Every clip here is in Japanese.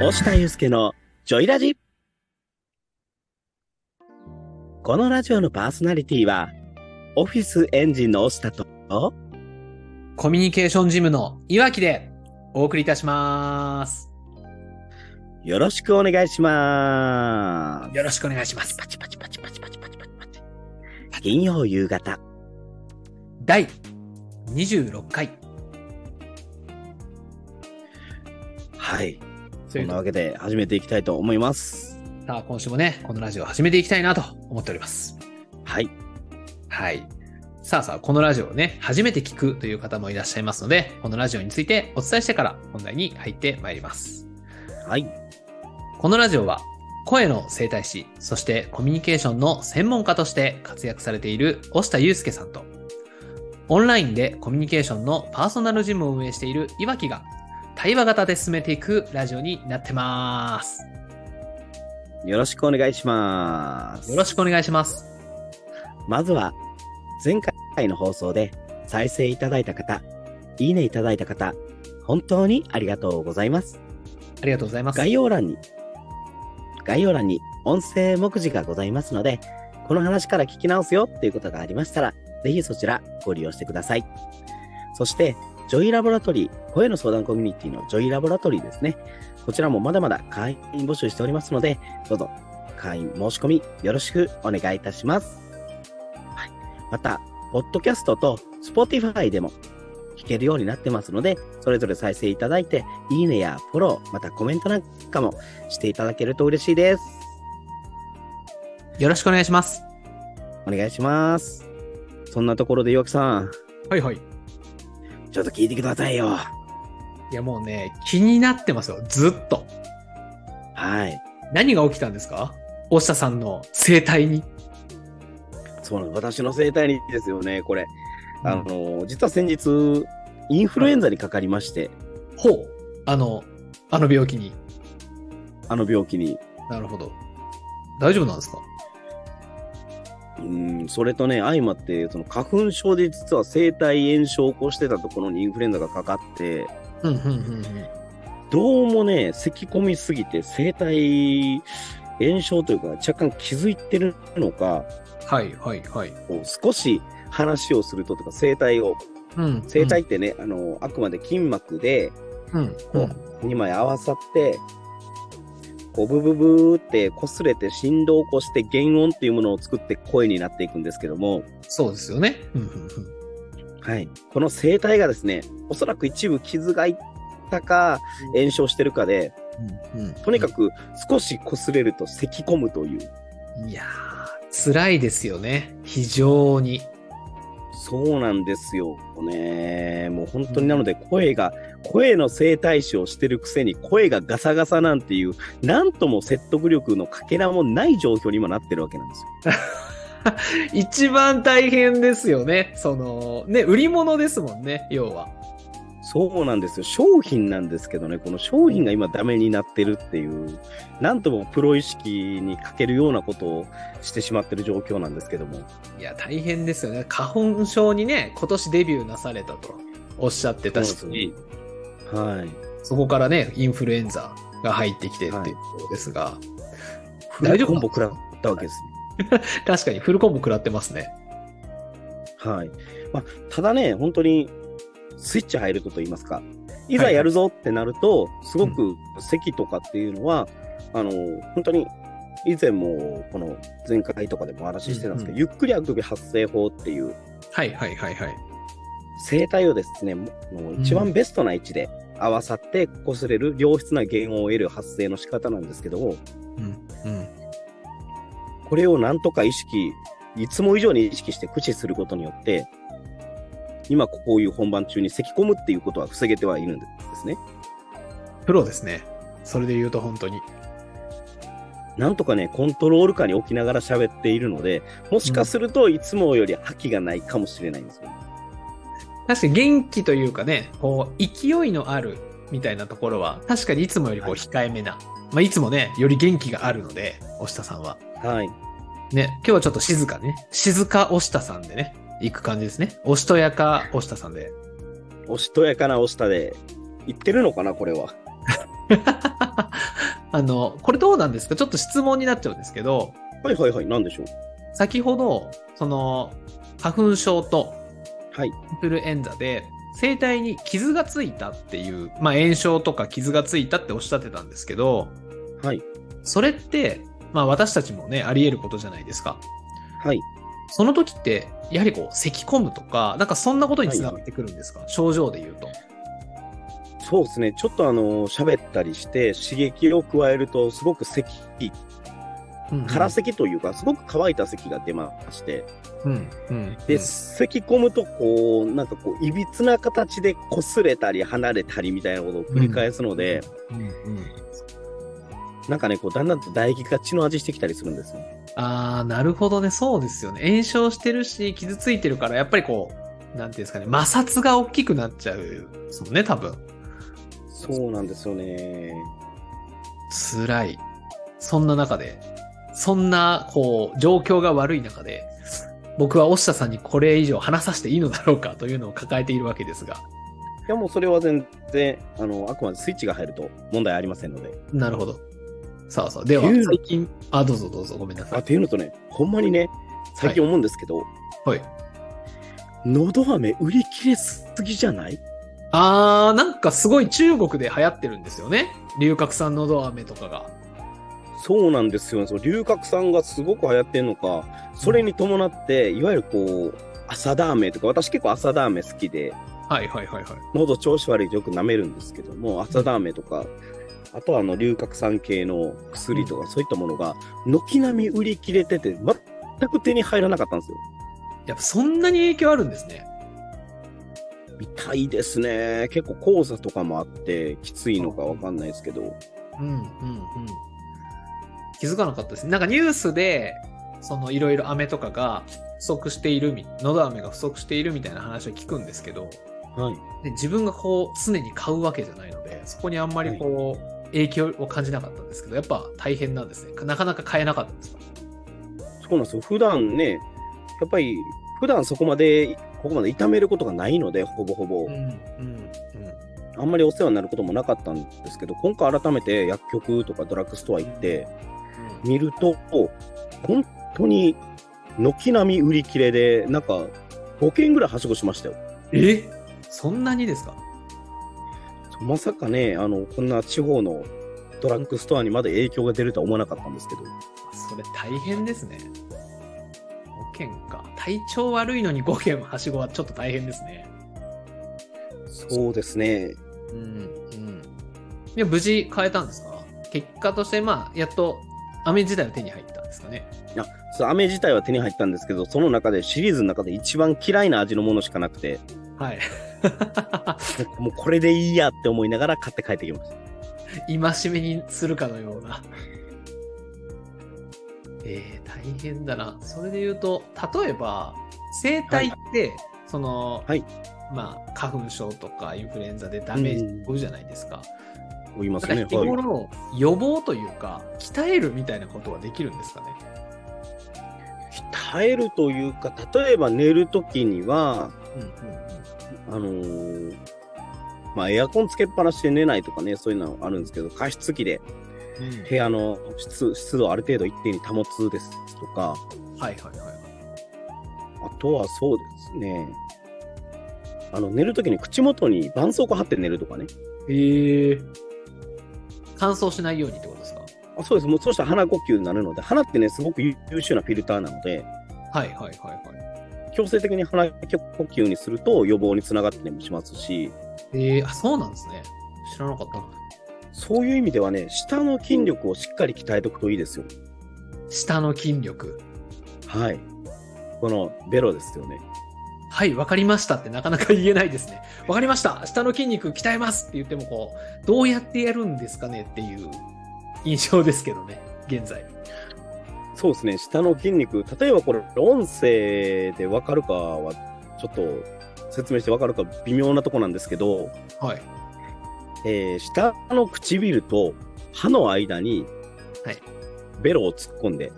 大下祐介のジョイラジこのラジオのパーソナリティは、オフィスエンジンの大下と、コミュニケーションジムのいわきでお送りいたします。よろしくお願いします。よろしくお願いします。パチパチパチパチパチパチパチパチ。金曜夕方、第26回。はい。そそんなわけで始めていきたいと思います。さあ、今週もね、このラジオを始めていきたいなと思っております。はい。はい。さあさあ、このラジオをね、初めて聞くという方もいらっしゃいますので、このラジオについてお伝えしてから本題に入ってまいります。はい。このラジオは声の整体師、そしてコミュニケーションの専門家として活躍されている押下祐介さんと、オンラインでコミュニケーションのパーソナルジムを運営しているいわきが、対話型で進めていくラジオになってます。よろしくお願いします。よろしくお願いします。まずは、前回の放送で再生いただいた方、いいねいただいた方、本当にありがとうございます。ありがとうございます。概要欄に、概要欄に音声目次がございますので、この話から聞き直すよっていうことがありましたら、ぜひそちらご利用してください。そして、ジョイラボラトリー、声の相談コミュニティのジョイラボラトリーですね。こちらもまだまだ会員募集しておりますので、どうぞ会員申し込みよろしくお願いいたします。はい、また、ポッドキャストと Spotify でも聞けるようになってますので、それぞれ再生いただいて、いいねやフォロー、またコメントなんかもしていただけると嬉しいです。よろしくお願いします。お願いします。そんなところで、岩木さん、はいはい。ちょっと聞いてくださいよ。いやもうね、気になってますよ。ずっと。はい。何が起きたんですか押下さんの生態に。そうなの。私の生態にですよね、これ。あの、実は先日、インフルエンザにかかりまして、ほう。あの、あの病気に。あの病気に。なるほど。大丈夫なんですかうん、それとね、相まって、その花粉症で実は生体炎症を起こしてたところにインフルエンザがかかって、うんうんうんうん。どうもね、咳込みすぎて生体炎症というか若干気づいてるのか、はいはいはい。こう少し話をするととか生体を、うん。生体ってね、あの、あくまで筋膜でうん。こう2枚合わさって、こうブブブーって擦れて振動を起こして原音っていうものを作って声になっていくんですけども、そうですよね。うんうんはい、この声帯がですねおそらく一部傷がいったか炎症してるかでうん。うんとにか。く少し擦れると咳込むといういやー、辛いですよね。非常に。そうなんですよねもう本当になので声が声の声帯師をしてるくせに声がガサガサなんていうなんとも説得力のかけらもない状況に今なってるわけなんですよ一番大変ですよね。その、ね、売り物ですもんね、要は。そうなんですよ商品なんですけどねこの商品が今ダメになってるっていうなんともプロ意識に欠けるようなことをしてしまってる状況なんですけどもいや、大変ですよね。花粉症にね、今年デビューなされたとおっしゃってたし、はい。そこからね、インフルエンザが入ってきてっていうことですが、大大丈夫丈夫コンボ食らったわけですね。確かにフルコンボ食らってますね。はい。まあ、ただね、本当にスイッチ入るとと言いますか、いざはいやるぞってなると、すごく咳とかっていうのは、あの、本当に以前も、この前回とかでもお話ししてたんですけど、うんゆっくりあくび発声法っていう、はいはいはいはい。声帯をですね、もう一番ベストな位置で合わさって擦れる良質な原音を得る発声の仕方なんですけども、うんうん。これをなんとか意識、いつも以上に意識して駆使することによって、今こういう本番中に咳込むっていうことは防げてはいるんですね。プロですね。それで言うと本当に。なんとかね、コントロール下に置きながら喋っているので、もしかするといつもより覇気がないかもしれないんですよ。確かに元気というかね、こう、勢いのあるみたいなところは、確かにいつもよりこう、はい控えめな。まあ、いつもね、より元気があるので、押下さんは。はい。ね、今日はちょっと静かね。静か押下さんでね、行く感じですね。おしとやか押下さんで。 おしとやかなおしたで、言ってるのかな、これは。あの、これどうなんですかちょっと質問になっちゃうんですけど、はいはいはい、なんでしょう。先ほど、その、花粉症とはい。インフルエンザで、生体に傷がついたっていう、まあ炎症とか傷がついたっておっしゃってたんですけど、はい。それって、まあ私たちもね、あり得ることじゃないですか。はい。その時って、やはりこう、咳込むとか、なんかそんなことにつながってくるんですか、症状で言うと。そうですね。ちょっとあの、喋ったりして、刺激を加えると、すごく咳、空咳というか、すごく乾いた咳が出まして、うん、うん。で、咳込むと、こう、なんかこう、いびつな形で擦れたり離れたりみたいなことを繰り返すので、うん、うん。なんかね、こう、だんだんと唾液が血の味してきたりするんですよ。ああ、なるほどね。そうですよね。炎症してるし、傷ついてるから、やっぱりこう、なんていうんですかね、摩擦が大きくなっちゃう。そうね、多分。そうなんですよね。辛い。そんな中で、そんな、こう、状況が悪い中で、僕は押下さんにこれ以上話させていいのだろうかというのを抱えているわけですが。いや、もうそれは全然、あの、あくまでスイッチが入ると問題ありませんので。なるほど。さあさあ、では、急に最近、あ、どうぞどうぞ、ごめんなさあ、っい。ていうのとね、ほんまにね、最近思うんですけど、はい。喉飴売り切れすぎじゃないあー、なんかすごい中国で流行ってるんですよね。龍角散のど飴とかが。そうなんですよね。その龍角散がすごく流行ってんのか、それに伴って、いわゆるこう、朝ダーメンとか、私結構朝ダーメン好きで、はいはいはいはい。喉調子悪いとよく舐めるんですけども、朝ダーメンとか、あとはあの、龍角散系の薬とか、そういったものが、軒並み売り切れてて、全く手に入らなかったんですよ。やっぱそんなに影響あるんですね。みたいですね。結構講座とかもあって、きついのかわかんないですけど。うんうんうん。気づかなかったですね。なんかニュースで、そのいろいろ飴とかが不足しているみ、喉飴が不足しているみたいな話を聞くんですけど、はい。で自分がこう常に買うわけじゃないので、そこにあんまりこう、影響を感じなかったんですけど、やっぱ大変なんですね。なかなか買えなかったんですかそうなんですよ。普段ね、やっぱり、普段そこまで、ここまで炒めることがないので、ほぼほぼうん、う。ん、あんまりお世話になることもなかったんですけど、今回改めて薬局とかドラッグストア行って、見ると、本当に、軒並み売り切れで、なんか、5件ぐらいはしごしましたよ。えそんなにですかまさかね、あの、こんな地方のドラッグストアにまで影響が出るとは思わなかったんですけど。それ大変ですね。5件か。体調悪いのに5件もはしごはちょっと大変ですね。そうですね。うんうん。で、無事変えたんですか結果として、まあ、やっと、飴自体は手に入ったんですかね。いや、そう、飴自体は手に入ったんですけど、その中でシリーズの中で一番嫌いな味のものしかなくて、はい。もうこれでいいやって思いながら買って帰ってきました。 戒めにするかのような。えー、大変だな。それで言うと、例えば、生体って、その、はいまあ、花粉症とかインフルエンザでダメージを負うじゃないですか。言いますなんね。か日はい。頃、予防というか、鍛えるみたいなことはできるんですかね。鍛えるというか、例えば寝るときには、うんうんうんあのーまあ、エアコンつけっぱなしで寝ないとかね、そういうのあるんですけど、加湿器でうん部屋の湿湿度をある程度一定に保つですとか、はいはいはい。あとはそうですね、あの寝るときに口元に絆創膏貼って寝るとかね。へえ乾燥しないようにってことですかあそうです。もうそうしたら鼻呼吸になるので、鼻ってね、すごく優秀なフィルターなので、はいはいはいは強制的に鼻呼吸にすると予防につながったりもしますし、い。ええあ、そうなんですね。知らなかったな。そういう意味ではね、舌の筋力をしっかり鍛えておくといいですよ。舌の筋力。はい。このベロですよね。はい、わかりましたってなかなか言えないですね。わかりました舌の筋肉鍛えますって言ってもこう、どうやってやるんですかねっていう印象ですけどね、現在。そうですね、舌の筋肉、例えばこれ、音声でわかるかは、ちょっと説明してわかるか微妙なとこなんですけど、はい。えー下の唇と歯の間に、はいベロを突っ込んで、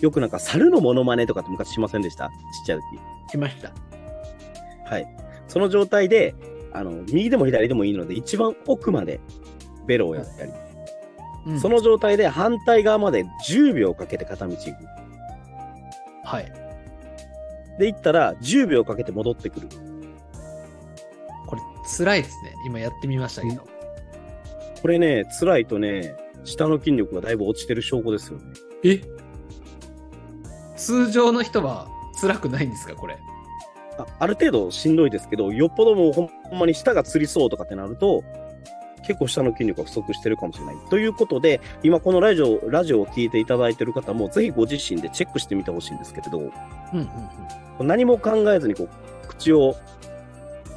よくなんか猿のモノマネとかって昔しませんでしたちっちゃい時。来ました。はい。その状態で、あの、右でも左でもいいので、一番奥までベロをやったり、うんその状態で反対側まで10秒かけて片道行く。はい。で、行ったら10秒かけて戻ってくる。これ、辛いですね。今やってみましたけど。これね、辛いとね、下の筋力がだいぶ落ちてる証拠ですよね。え通常の人は辛くないんですかこれ。あある程度しんどいですけど、よっぽどもうほんほんまに舌がつりそうとかってなると、結構下の筋肉が不足してるかもしれない。ということで、今このラジオ、ラジオを聞いていただいてる方も、ぜひご自身でチェックしてみてほしいんですけれど、うんうんうん。何も考えずにこう、口を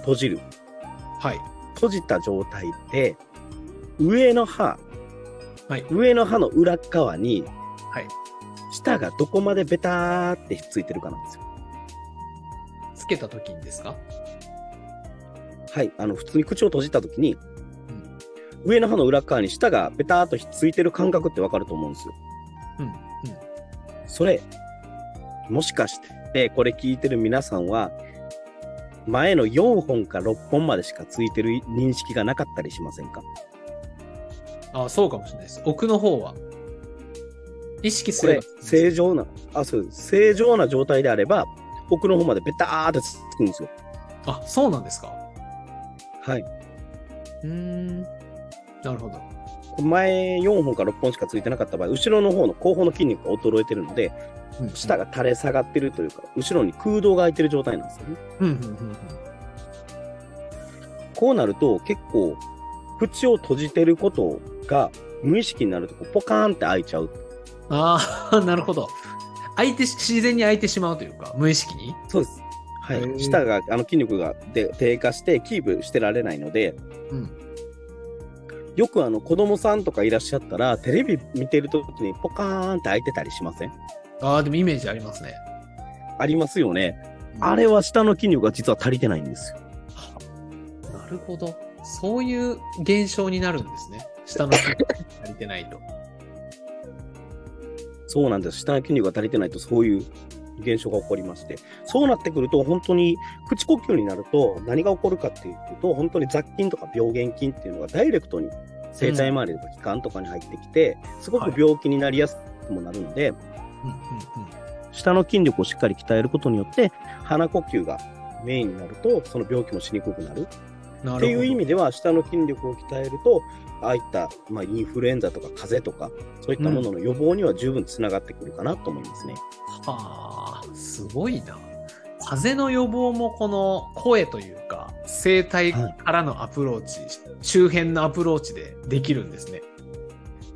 閉じる。はい。閉じた状態で、上の歯、はい上の歯の裏側に、はい舌がどこまでベターってひっついてるかなんですよ。つけた時にですかはい。あの、普通に口を閉じたときに、上の歯の裏側に舌がベターっとひっついてる感覚ってわかると思うんですよ。うん。うん。それ、もしかして、これ聞いてる皆さんは、前の4本か6本までしかついてる認識がなかったりしませんかあそうかもしれないです。奥の方は。意識すこれれば。、正常な、あ、そうです。正常な状態であれば、奥の方までベターってつくんですよ。あ、そうなんですかはい。うーん。なるほど。前4本か6本しかついてなかった場合、後ろの方の後方の筋肉が衰えてるので、うん舌が垂れ下がってるというか、後ろに空洞が空いてる状態なんですよね。うんうんうんうん。こうなると結構、口を閉じてることが無意識になるとこうポカーンって開いちゃう。あ あ、なるほど。開いてし、自然に開いてしまうというか、無意識に。そうです。はへーい。舌が、あの筋力がで低下してキープしてられないので、うん。よくあの子供さんとかいらっしゃったら、テレビ見てるときにポカーンって開いてたりしませんああ、でもイメージありますね。ありますよね。うんあれは舌の筋力が実は足りてないんですよ。なるほど。そういう現象になるんですね。下の人が足りてないと。そうなんです。舌の筋力が足りてないとそういう現象が起こりまして、そうなってくると本当に口呼吸になると何が起こるかっていうと、本当に雑菌とか病原菌っていうのがダイレクトに生体周りとか気管とかに入ってきて、すごく病気になりやすくもなるので、うんうんうん。舌の筋力をしっかり鍛えることによって、鼻呼吸がメインになると、その病気もしにくくなる。なるほど。っていう意味では、舌の筋力を鍛えると、ああいった、まあ、インフルエンザとか風邪とか、そういったものの予防には十分つながってくるかなと思いますね。はあ、すごいな。風邪の予防もこの声というか、声帯からのアプローチ、周辺のアプローチでできるんですね。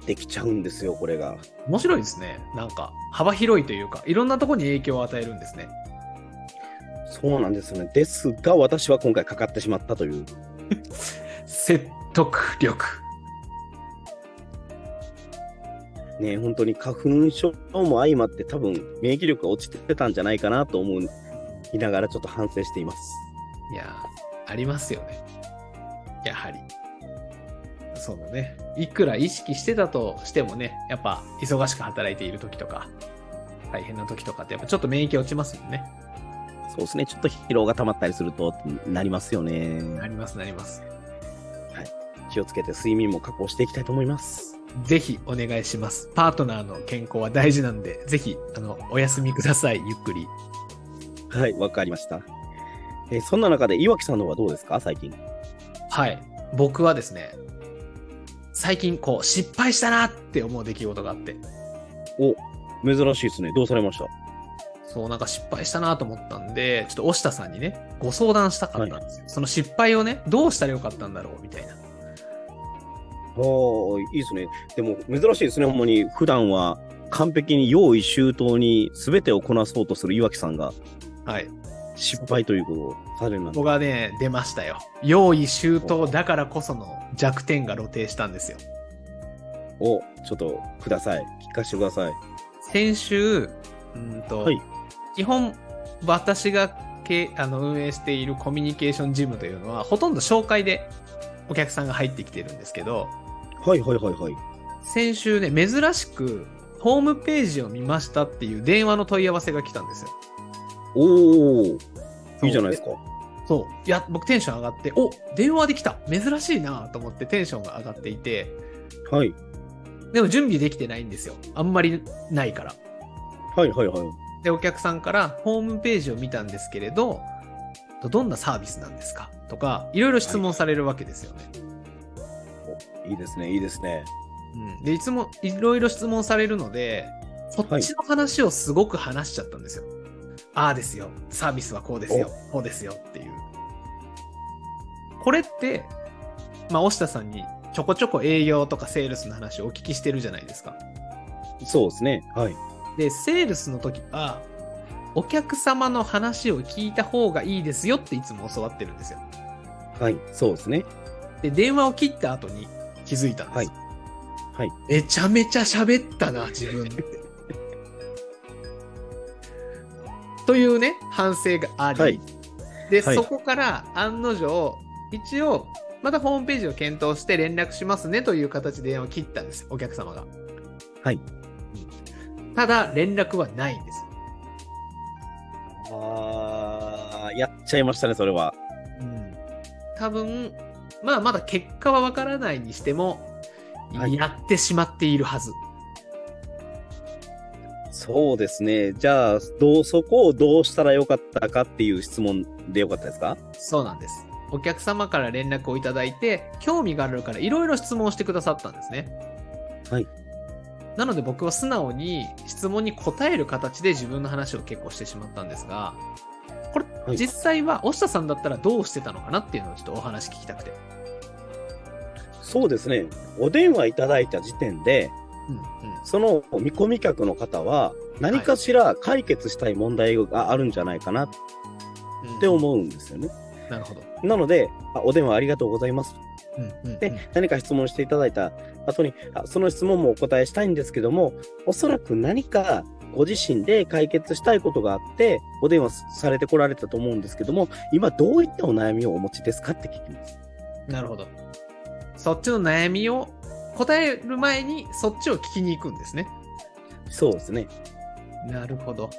できちゃうんですよ、これが。面白いですね。なんか、幅広いというか、いろんなところに影響を与えるんですね。そうなんですよね。ですが、私は今回かかってしまったという。説得力。ね、本当に花粉症も相まって、多分免疫力が落ちてたんじゃないかなと思う。いながらちょっと反省しています。いやー、ありますよね。やはり。そうだね。いくら意識してたとしてもね、やっぱ忙しく働いている時とか、大変な時とかって、やっぱちょっと免疫落ちますよね。そうですね。ちょっと疲労が溜まったりすると、なりますよね。なります、なります。気をつけて睡眠も確保していきたいと思います。ぜひお願いします。パートナーの健康は大事なんで、ぜひ、あの、お休みください、ゆっくり。はい、わかりました。えーそんな中で、岩木さんの方はどうですか最近。はい。僕はですね、最近、こう、失敗したなって思う出来事があって、お、珍しいですね。どうされましたそう、なんか失敗したなと思ったんで、ちょっと押下さんにね、ご相談したかったんですよ。その失敗をね、どうしたらよかったんだろう、みたいな。おいいですね。でも、珍しいですね。ほんまに、普段は完璧に用意周到に全てをこなそうとする岩木さんが、はい。失敗ということをされるなんて僕はね、出ましたよ。用意周到だからこその弱点が露呈したんですよ。を、ちょっとください。聞かせてください。先週、うんと、はい基本私がけあの運営しているコミュニケーションジムというのはほとんど紹介でお客さんが入ってきてるんですけどはいはいはいはい。先週ね珍しくホームページを見ましたっていう電話の問い合わせが来たんですよ。おー、いいじゃないですか。そう。いや、僕テンション上がって、お電話できた珍しいなと思ってテンションが上がっていて、はい。でも準備できてないんですよ。あんまりないから。はいはいはい。で、お客さんからホームページを見たんですけれど、どんなサービスなんですかとか、いろいろ質問されるわけですよね。いいですね、いいですね。うん。で、いつもいろいろ質問されるので、そっちの話をすごく話しちゃったんですよ。ああですよ。サービスはこうですよ。こうですよ。っていう。これって、まあ、押田さんにちょこちょこ営業とかセールスの話をお聞きしてるじゃないですか。そうですね。はい。で、セールスの時は、お客様の話を聞いた方がいいですよっていつも教わってるんですよ。はい。そうですね。で、電話を切った後に気づいたんですよ。はいはめちゃめちゃ喋ったな、自分。 というね、反省があり、はいで、はいそこから案の定、一応、またホームページを検討して連絡しますねという形で電話を切ったんですよ、お客様が。はいうん。ただ、連絡はないんです。あー、やっちゃいましたね、それは。うん多分まあまだ結果はわからないにしても、はいやってしまっているはずそうですね。じゃあ、どう、そこをどうしたらよかったかっていう質問でよかったですかそうなんですお客様から連絡をいただいて興味があるからいろいろ質問をしてくださったんですねはいなので僕は素直に質問に答える形で自分の話を結構してしまったんですがこれ、はい実際は押下さんだったらどうしてたのかなっていうのをちょっとお話聞きたくてそうですね。お電話いただいた時点で、うんうんその見込み客の方は、何かしら解決したい問題があるんじゃないかなっうんて思うんですよね。なるほど、なので、あお電話ありがとうございます。うんうんうんで、何か質問していただいた後に、あその質問もお答えしたいんですけども、おそらく何かご自身で解決したいことがあって、お電話されてこられたと思うんですけども、今どういったお悩みをお持ちですかって聞きます。なるほど。そっちの悩みを答える前にそっちを聞きに行くんですね。そうですね。なるほど。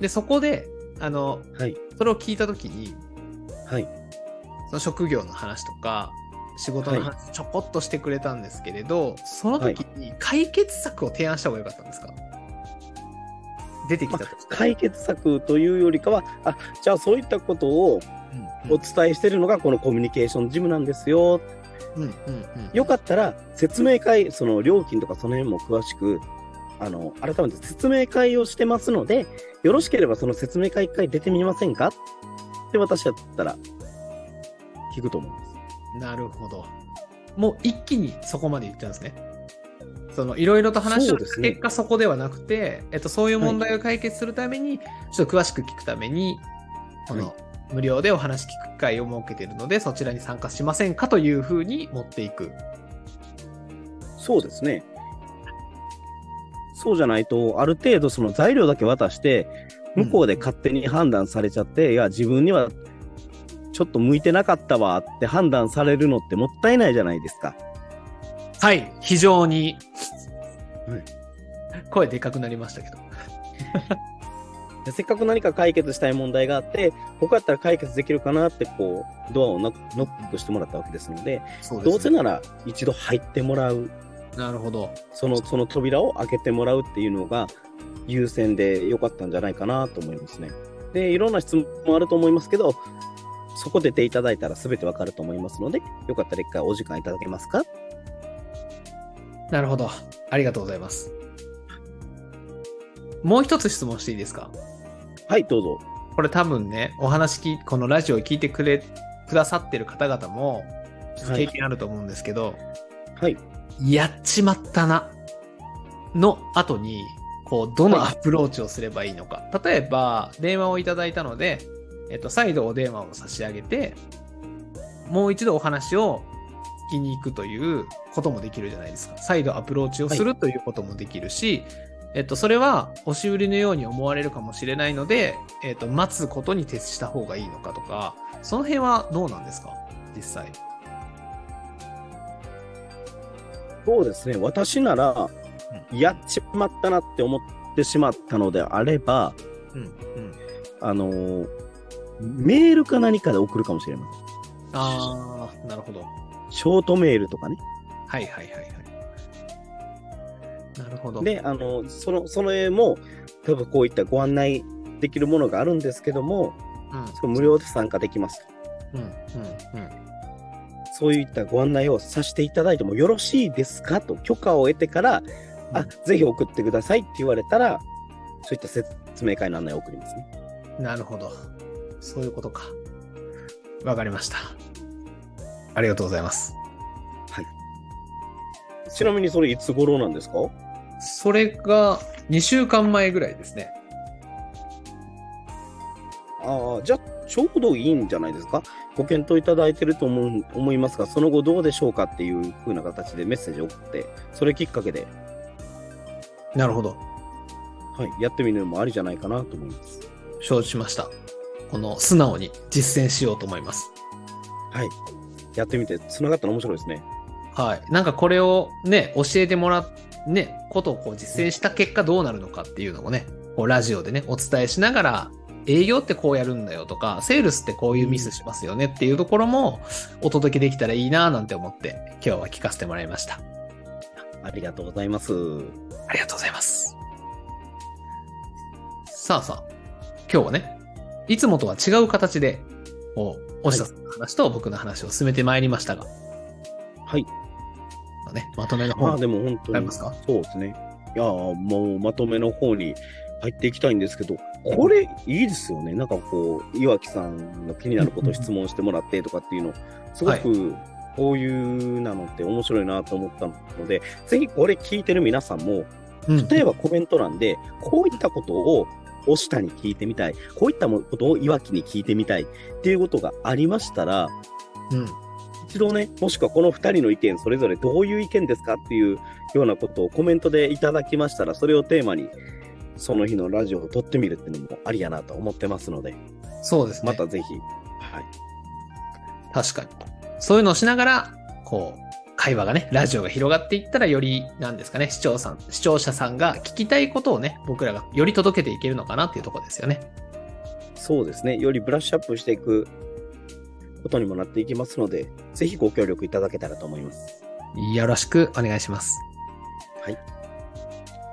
で、そこで、あの、はい。それを聞いたときに、はい。その職業の話とか、仕事の話ちょこっとしてくれたんですけれど、その時に解決策を提案した方が良かったんですか出てきたとき。解決策というよりかは、あ、じゃあそういったことをうんお伝えしているのがこのコミュニケーションジムなんですよ。うんうんうんよかったら説明会、その料金とかその辺も詳しく、あの、改めて説明会をしてますので、よろしければその説明会一回出てみませんかって私だったら、聞くと思うんです。なるほど。もう一気にそこまで言っちゃうんですね。そのいろいろと話そをうですね結果そこではなくて、えっと、そういう問題を解決するために、ちょっと詳しく聞くために、この、は無料でお話聞く機会を設けているので、そちらに参加しませんかというふうに持っていく。そうですね。そうじゃないと、ある程度その材料だけ渡して、向こうで勝手に判断されちゃって、いや、自分にはちょっと向いてなかったわって判断されるのってもったいないじゃないですか。はい、非常にはい。声でかくなりましたけど。でせっかく何か解決したい問題があって、僕だったら解決できるかなって、こう、ドアをノノックしてもらったわけですので、そうどうせなら一度入ってもらう、なるほど。その、その扉を開けてもらうっていうのが優先で良かったんじゃないかなと思いますね。で、いろんな質問もあると思いますけど、そこ出ていただいたら全てわかると思いますので、よかったら一回お時間いただけますかなるほど。ありがとうございます。もう一つ質問していいですかはい、どうぞ。これ多分ね、お話聞いこのラジオを聞いてくれ、くださってる方々も、ちょっと経験あると思うんですけど、はい。やっちまったな、の後に、こう、どのアプローチをすればいいのか。例えば、電話をいただいたので、えっと、再度お電話を差し上げて、もう一度お話を聞きに行くということもできるじゃないですか。再度アプローチをするということもできるし、えっと、それは押し売りのように思われるかもしれないので、えっと、待つことに徹した方がいいのかとか、その辺はどうなんですか実際。そうですね、私なら、やっちまったなって思ってしまったのであれば、うん、うん。あのーメールか何かで送るかもしれません。ああ、なるほど。ショートメールとかね。はいはいはいはい。なるほど。で、あの、その、その絵も、多分こういったご案内できるものがあるんですけども、うん、それ無料で参加できます。うん、うん、うん。そういったご案内をさせていただいてもよろしいですかと許可を得てから、あ、ぜひ送ってくださいって言われたら、そういった説明会の案内を送りますね。なるほど。そういうことか。わかりました。ありがとうございます。ちなみにそれいつ頃なんですかそれが2週間前ぐらいですね。ああ、じゃあ、ちょうどいいんじゃないですかご検討いただいてると思う思いますが、その後どうでしょうかっていう風な形でメッセージを送って、それきっかけで、なるほど。はい、やってみるのもありじゃないかなと思います。承知しました。この素直に実践しようと思います。はい。やってみて、繋がったら面白いですね。はい。なんかこれをね、教えてもらっね、ことをこう実践した結果どうなるのかっていうのをね、こうラジオでね、お伝えしながら、営業ってこうやるんだよとか、セールスってこういうミスしますよねっていうところもお届けできたらいいなぁなんて思って、今日は聞かせてもらいました。ありがとうございます。ありがとうございます。さあさあ、今日はね、いつもとは違う形で、こう、押田さんの話と僕の話を進めてまいりましたが、はい。ね、まとめの方まあでも本当あに。りますかそうですね。いやーもうまとめの方に入っていきたいんですけど、これいいですよね。なんかこう、岩木さんの気になることを質問してもらってとかっていうの、すごくこういうなのって面白いなと思ったので、ぜひこれ聞いてる皆さんも、うん例えばコメント欄で、こういったことを押下に聞いてみたい、こういったもことを岩木に聞いてみたいっていうことがありましたら、うん一度ね、もしくはこの2人の意見、それぞれどういう意見ですかっていうようなことをコメントでいただきましたら、それをテーマに、その日のラジオを撮ってみるっていうのもありやなと思ってますので、そうですね。またぜひ、はい、確かに。そういうのをしながら、こう、会話がね、ラジオが広がっていったら、より、なんですかね、視聴さん、視聴者さんが聞きたいことをね、僕らがより届けていけるのかなっていうところですよね。そうですね、よりブラッシュアップしていくことにもなっていきますので、ぜひご協力いただけたらと思います。よろしくお願いします。はい。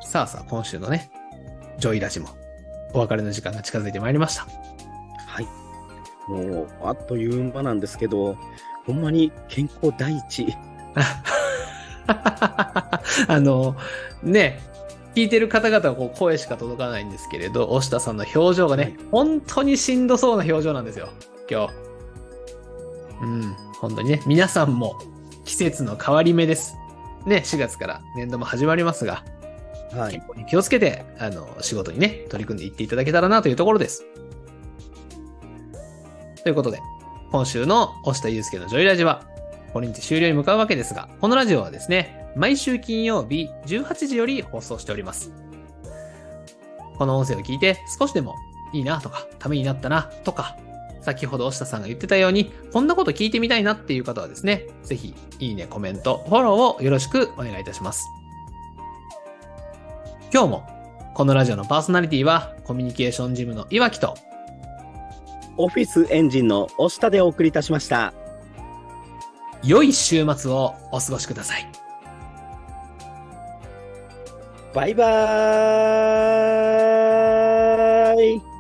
さあさあ、今週のね、ジョイラジも、お別れの時間が近づいてまいりました。はい。もう、あっという間なんですけど、ほんまに健康第一。 あの、ね、聞いてる方々はこう声しか届かないんですけれど、押田さんの表情がね、はい本当にしんどそうな表情なんですよ、今日。うん、本当にね、皆さんも季節の変わり目です。ね、4月から年度も始まりますが、は健。康に気をつけて、あの、仕事にね、取り組んでいっていただけたらなというところです。ということで、今週の押田祐介のジョイラジは、これにて終了に向かうわけですが、このラジオはですね、毎週金曜日18時より放送しております。この音声を聞いて少しでもいいなとか、ためになったなとか、先ほど押田さんが言ってたように、こんなこと聞いてみたいなっていう方はですね、ぜひ、いいね、コメント、フォローをよろしくお願いいたします。今日も、このラジオのパーソナリティは、コミュニケーションジムの岩木と、オフィスエンジンの押下でお送りいたしました。良い週末をお過ごしください。バイバーイ